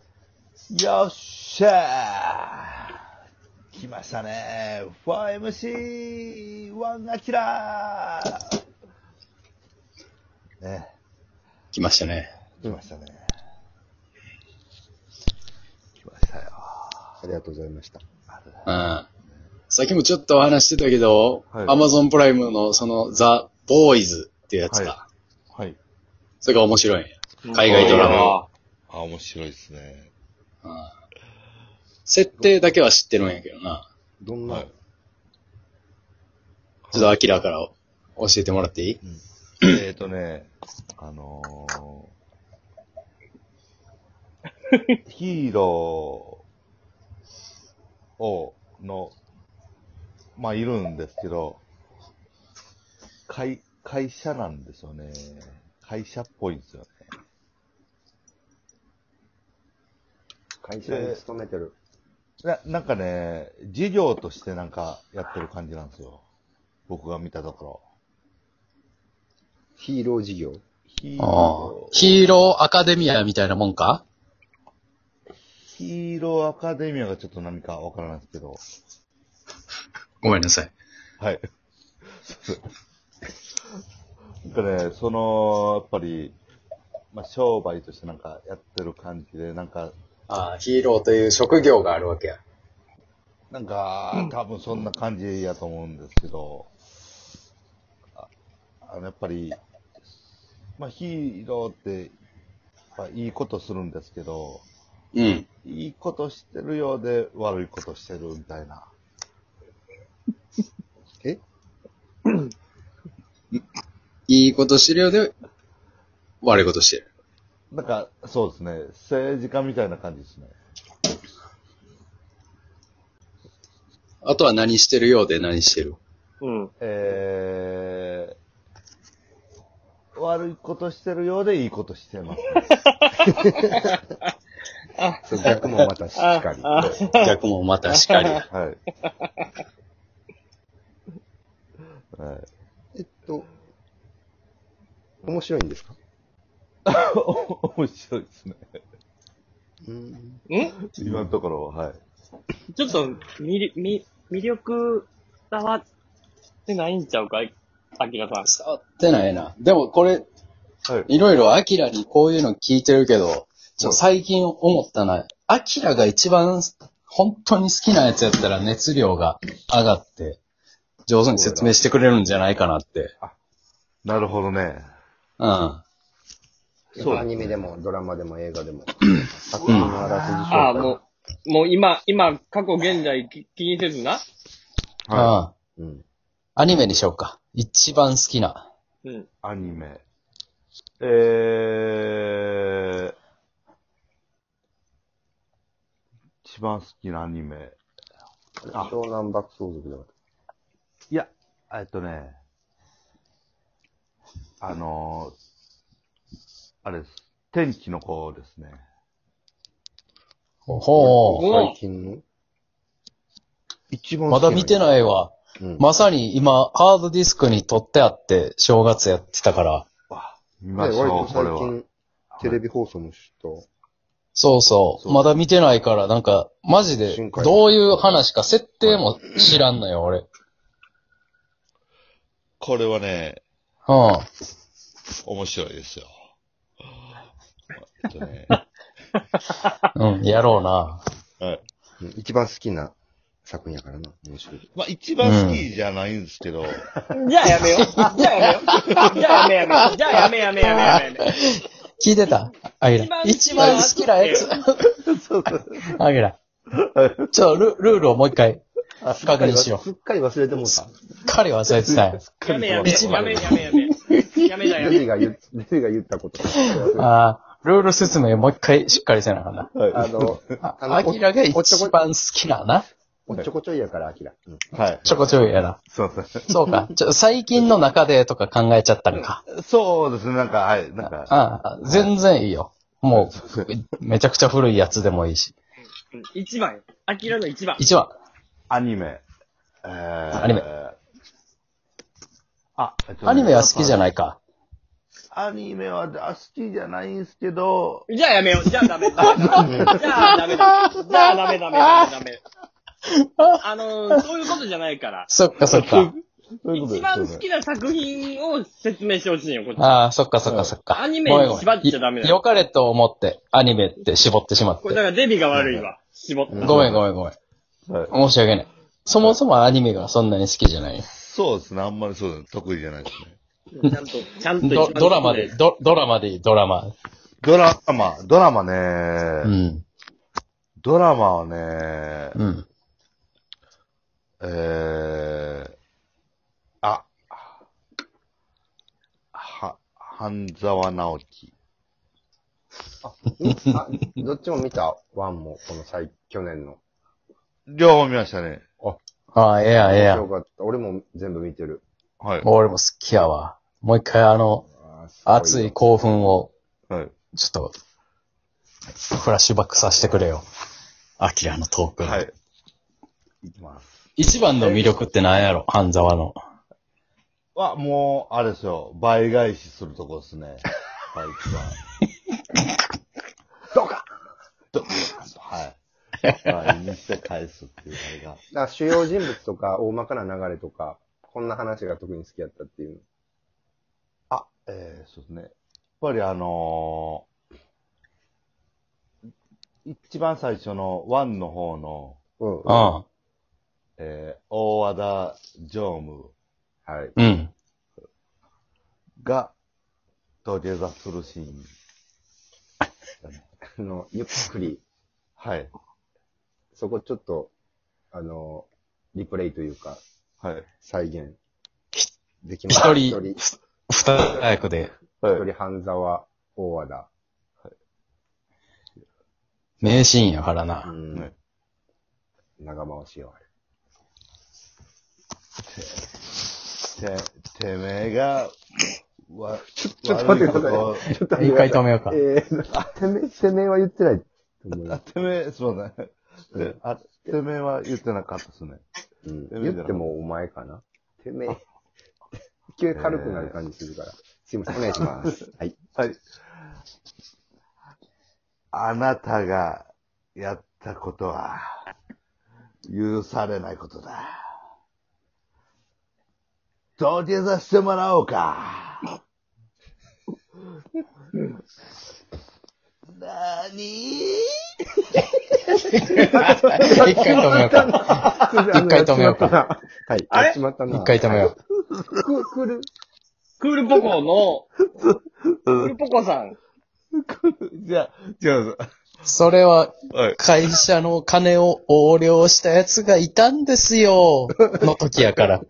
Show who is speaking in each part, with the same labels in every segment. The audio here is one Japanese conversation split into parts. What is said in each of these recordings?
Speaker 1: よっしゃー来ましたね。4MC1 アキラーね、
Speaker 2: 来ましたね。
Speaker 1: 来ましたね。来ましたよ。
Speaker 3: ありがとうございました。
Speaker 2: うん。さっきもちょっと話してたけど、
Speaker 1: はい
Speaker 2: Amazon プライムのそのザ・ボーイズっていうやつか。
Speaker 1: はい。
Speaker 2: それが面白いんや。海外ドラマ。
Speaker 4: あ、面白いですね。
Speaker 2: うん設定だけは知ってるんやけどな。
Speaker 3: どんな、
Speaker 4: はい
Speaker 2: ちょっとアキラから教えてもらっていい
Speaker 1: えっ、ー、とね、あのー、ヒーローを、の、まあ、いるんですけど、会、会社なんですよね。会社っぽいんですよね。
Speaker 3: 会社に勤めてる。
Speaker 1: ななんかね、事業としてなんかやってる感じなんですよ。僕が見たところ。
Speaker 3: ヒーロー事業。
Speaker 1: ヒー
Speaker 2: ああ
Speaker 1: ロー、
Speaker 2: ヒーローアカデミアみたいなもんか
Speaker 1: ヒーローアカデミアがちょっと何かわからないですけど。
Speaker 2: ごめんなさい。
Speaker 1: はい。なんかね、その、やっぱり、まあ、商売としてなんかやってる感じで、なんか、
Speaker 2: ああ、ヒーローという職業があるわけや。
Speaker 1: なんか、多分そんな感じやと思うんですけど、ああの、やっぱり、まあ、ヒーローって、まあ、いいことするんですけど、
Speaker 2: うん。
Speaker 1: いいことしてるようで悪いことしてるみたいな。
Speaker 2: いいことしてるようで、悪いことしてる。
Speaker 1: なんか、そうですね。政治家みたいな感じですね。
Speaker 2: あとは何してるようで何して る。
Speaker 5: うん。
Speaker 1: えー、悪いことしてるようでいいことしてます、
Speaker 3: そう逆もまたしっかり。
Speaker 2: 逆もまたしかり。
Speaker 1: はい。はい、
Speaker 3: えっと、面白いんですか
Speaker 1: 面白いですね。
Speaker 3: うん。
Speaker 5: ん
Speaker 1: 今のところは、はい。
Speaker 5: ちょっと、魅力、魅魅力伝わってないんちゃうかアキラさん。
Speaker 2: 伝わってないな。でもこれ、
Speaker 1: はい。
Speaker 2: いろいろアキラにこういうの聞いてるけど、ちょっと最近思ったな。アキラが一番本当に好きなやつやったら熱量が上がって、上手に説明してくれるんじゃないかなって。
Speaker 1: なるほどね。
Speaker 2: うん。
Speaker 1: そう
Speaker 3: アニメでも、ドラマでも、映画でも。作
Speaker 2: うん
Speaker 3: 品のあらすじ紹介。
Speaker 5: ああ、もう、もう今、今、過去、現在き気にせずな。
Speaker 1: は
Speaker 2: うん。
Speaker 3: う。うん。
Speaker 2: アニメにしようか。一番好きな。
Speaker 5: うん。
Speaker 1: い。アニメ。えー、一番好きなアニメ。あ
Speaker 3: 湘南爆走族だか
Speaker 1: いや、えっとね、あのー、あれです。天気の子ですね。
Speaker 2: ほう。
Speaker 5: お
Speaker 3: ら。最近の一番
Speaker 2: まだ見て
Speaker 3: い。
Speaker 2: ないわ。
Speaker 3: うん。
Speaker 2: まさに今、ハードディスクに取ってあって、正月やってたから。
Speaker 1: 見
Speaker 3: ね
Speaker 1: ましょ
Speaker 3: 割
Speaker 1: う、
Speaker 3: と
Speaker 1: これ
Speaker 3: 最
Speaker 1: は。
Speaker 3: 近、テレビ放送もしと、
Speaker 2: そうそう。
Speaker 1: そう
Speaker 2: まだ見てないから、なんか、マジで
Speaker 3: 深海、だ
Speaker 2: どういう話か、設定も知らんのよ、俺。
Speaker 4: これはね、
Speaker 2: うん。
Speaker 4: 面白いですよ。えっとね、
Speaker 2: うん、やろうな。
Speaker 4: はい。
Speaker 3: うん一番好きな作品やからな。面白い。
Speaker 4: まあ、一番好きじゃないんですけど、
Speaker 5: じゃあやめよう。 じゃあやめよう。じゃあやめやめよう。じゃあやめやめやめやめやめ。
Speaker 2: 聞いてたあげら。一
Speaker 5: 一
Speaker 2: 番
Speaker 5: 番
Speaker 2: 好
Speaker 5: 好
Speaker 2: き
Speaker 5: き
Speaker 2: な
Speaker 5: な
Speaker 2: や
Speaker 5: や
Speaker 2: つ
Speaker 5: つ。
Speaker 2: あげら。ちょ、ルルールをもう一回、確認しよう。
Speaker 3: すっかり忘れてもうた。
Speaker 2: 彼はそうやってたんや。
Speaker 5: やめやめ。やめやめやめ。やめじゃや
Speaker 3: レ
Speaker 5: め。
Speaker 3: ジが言っ、レジが言ったこと。
Speaker 2: あールール説明もう一回しっかりせなあかんな。
Speaker 3: あの、
Speaker 2: あ
Speaker 3: あの
Speaker 2: アキラが一
Speaker 3: おっちょこ
Speaker 2: 番好きなな。
Speaker 3: おっちょこちょいやから、アキラ。うん。
Speaker 1: はい。
Speaker 2: ちょこちょいやな。
Speaker 1: すいませ
Speaker 2: そうか。ちょ最近の中でとか考えちゃったのか。
Speaker 1: ん。そうですね、なんか、はい、なんか、
Speaker 2: ああ全然いいよ。もう、めちゃくちゃ古いやつでもいいし。
Speaker 5: うん一番よ。アキラの一番。
Speaker 2: 一番。
Speaker 1: アニメ。えー、
Speaker 2: アニメ。
Speaker 1: あ、えっとね
Speaker 2: アニメは好きじゃないか。
Speaker 1: アニメは好きじゃないんすけど、
Speaker 5: じゃあやめよう。じゃあ ダメ。じゃあダメだ。じゃあダメダメダメダメ。あの、そういうことじゃないから。
Speaker 2: そっかそっか。
Speaker 1: そういうことです
Speaker 5: 一
Speaker 1: よ
Speaker 5: 番好
Speaker 1: ね。
Speaker 5: きな作品を説明してほしいよ、こっち。
Speaker 2: ああ、そっかそっかそっか。
Speaker 5: アニメに縛っちゃダメだよ
Speaker 2: よかれと思って、アニメって絞ってしまっ
Speaker 5: これだ
Speaker 2: て。
Speaker 5: からデビが悪いわ。絞った。
Speaker 2: ごめんごめんごめん。
Speaker 1: はい
Speaker 2: 申し訳ない。そもそもアニメがそんなに好きじゃないよ。
Speaker 4: そうですね。あんまりそうですね。得意じゃないですね。
Speaker 5: ちゃんと、ちゃんと一番好
Speaker 2: ド
Speaker 5: き
Speaker 2: ドラマで、。ドドラマでいい、ドラマ。
Speaker 1: ドラマ、ドラマね、
Speaker 2: うん。
Speaker 1: ドラマはね、
Speaker 2: うん。
Speaker 1: えー、あ、は、半沢直樹。
Speaker 3: あどっちも見たワンも、この最、去年の。
Speaker 1: 両方見ましたね。
Speaker 2: ああ、ええやんええや
Speaker 3: よ
Speaker 2: ん。
Speaker 3: かった。俺も全部見てる。
Speaker 1: はい。
Speaker 2: 俺も好きやわ。もう一回あの、
Speaker 3: あーすごわ
Speaker 2: 熱い興奮を、
Speaker 1: はい。
Speaker 2: ちょっと、フラッシュバックさせてくれよ。アキラのトーク。
Speaker 1: はい。いきます。
Speaker 2: 一番の魅力って何やろ半沢の。
Speaker 1: は、もう、あれですよ。倍返しするとこですね。はい、一番。
Speaker 3: どうか
Speaker 1: はい。はい。見せ返すっていうあれが。
Speaker 3: だから主要人物とか、 大まかな流れとか、こんな話が特に好きやったっていう。
Speaker 1: あ、えー、そうですね。やっぱりあのー一番最初のワンの方の、
Speaker 3: うん。は
Speaker 2: う
Speaker 1: えー、大和田常務
Speaker 3: い。
Speaker 2: ん。うん。
Speaker 1: が土下座するシーン。
Speaker 3: あの、ゆっくり、
Speaker 1: はい。
Speaker 3: そこちょっと、あの、リプレイというか、
Speaker 1: はい。
Speaker 3: 再現。できました。
Speaker 2: 一
Speaker 3: 一
Speaker 2: 人
Speaker 3: 人、、
Speaker 2: ふ二役で、
Speaker 1: はい
Speaker 3: 一人半沢、大和田。
Speaker 2: 名シーンやから
Speaker 3: う
Speaker 2: な。
Speaker 3: ん
Speaker 1: ね。
Speaker 3: 長回しよ、あれ。
Speaker 1: て、てめえが、わ、ちょ
Speaker 3: ちょっと待ってください
Speaker 1: い
Speaker 3: ちょっと
Speaker 2: 一回止めようか。
Speaker 3: えー、てめ、てめえは言ってないと思い
Speaker 1: こと。あ、
Speaker 3: ま
Speaker 1: てめえ、すいません。であ、てめえは言ってなかったですね。
Speaker 3: す。 うん
Speaker 1: てめえじゃなかった
Speaker 3: 言ってもお前かな。てめえ。急に軽くなる感じするから。すいません、お願いします。 はい。
Speaker 1: はい。あなたがやったことは許されないことだ。土下座してもらおうか。なーに
Speaker 2: 一回止めようか。一回止めよう
Speaker 3: か。はい。
Speaker 5: あれ
Speaker 3: やっちまったな。
Speaker 2: 一回止めよう。
Speaker 3: く、くる。
Speaker 5: クールポコの、クールポコさん。
Speaker 1: じゃあ、じゃ
Speaker 2: それは、
Speaker 1: あ、はい。
Speaker 2: 会社の金を横領したやつがいたんですよ。の時やから。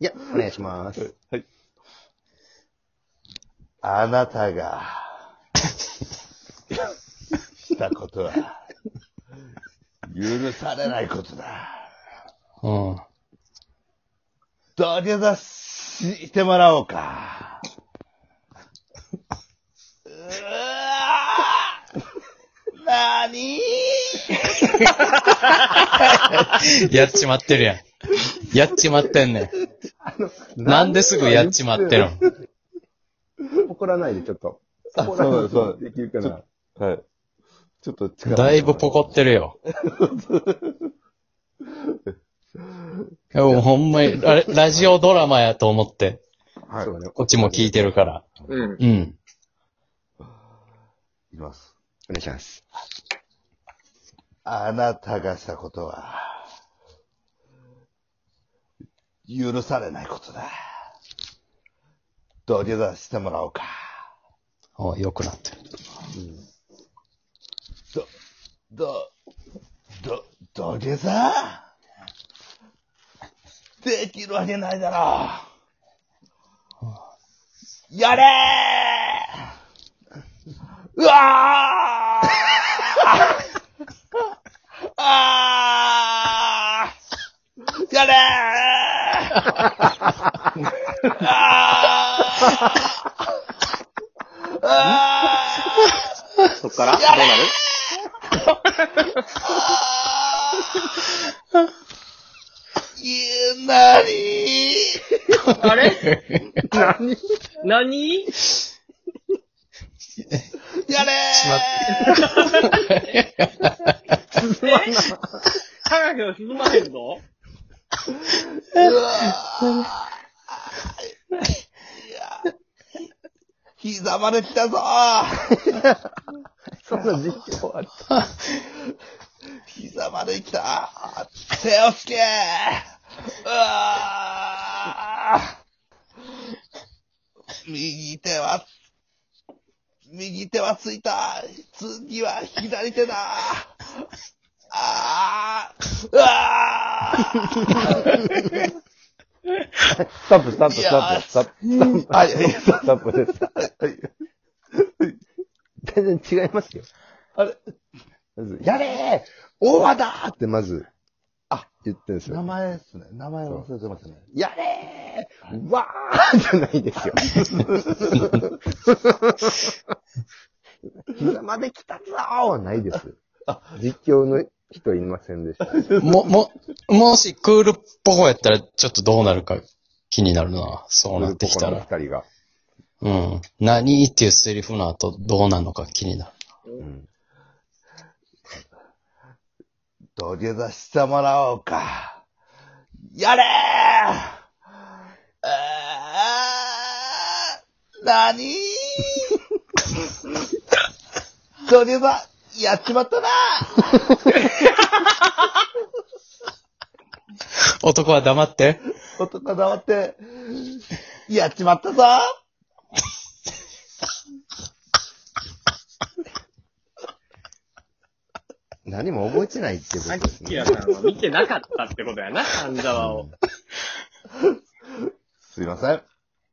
Speaker 3: いや、お願いします。
Speaker 1: あなたがしたことは許されないことだ。
Speaker 2: うん。
Speaker 1: 土下座してもらおうか。うわーなーに
Speaker 2: やっちまってるやん。やっちまってんねん。なんですぐやっちまってるん。
Speaker 3: 怒らないで、ちょっと。
Speaker 1: あ
Speaker 3: 怒らないで
Speaker 1: そうだそうだ
Speaker 3: できるかな。
Speaker 1: はい。ちょっと近
Speaker 2: だいぶポコってるよ。いやもうほんまにラ、ラジオドラマやと思って、
Speaker 1: はい。
Speaker 3: そうだね。
Speaker 2: こっちも聞いてるから。
Speaker 5: うん。
Speaker 2: うん。
Speaker 1: いきます。
Speaker 3: お願いします。
Speaker 1: あなたがしたことは、許されないことだ。土下座してもらおうか。
Speaker 2: お良くなってる。
Speaker 1: ど、ど、ど、土下座できるわけないだろう。やれーう わーあー やれーあーあー
Speaker 5: そっからどうなる
Speaker 1: やれー
Speaker 5: あれ
Speaker 3: 何
Speaker 5: 何
Speaker 4: やれ
Speaker 5: え科学が進まへんぞ
Speaker 4: ー膝まで来たぞ
Speaker 3: そんな実況ある。
Speaker 4: ー膝まで来た手をつけーうわー右手は、右手はついた次は左手だあーうわー
Speaker 3: ストップ、ストップ、ストップ、ストップ。
Speaker 4: はい、はい
Speaker 3: ストップです。全然違いますよ。あれまず、やれー大和だーってまず、あ、言ってるんです
Speaker 1: 名
Speaker 3: よ。
Speaker 1: 前ですね。名前忘れてましたね。
Speaker 3: やれーわーじゃないですよ。 膝まで来たぞーはないです。実況の人いませんでした。
Speaker 2: も、も、もしクールポコやったらちょっとどうなるか気になるな。そうなってきた
Speaker 3: この
Speaker 2: ら。
Speaker 3: 二人が。
Speaker 2: うん。何っていうセリフの後どうなるのか気になる。
Speaker 3: うん
Speaker 1: 土下座してもらおうか。やれーあーなにー土下座、やっちまったな
Speaker 2: 男は黙って。
Speaker 1: 男黙って、やっちまったぞ
Speaker 3: 何も覚えてないってこと
Speaker 5: ア
Speaker 3: です
Speaker 5: キ
Speaker 3: ね。
Speaker 5: ラさんは見てなかったってことやな、半沢を。
Speaker 1: すいません。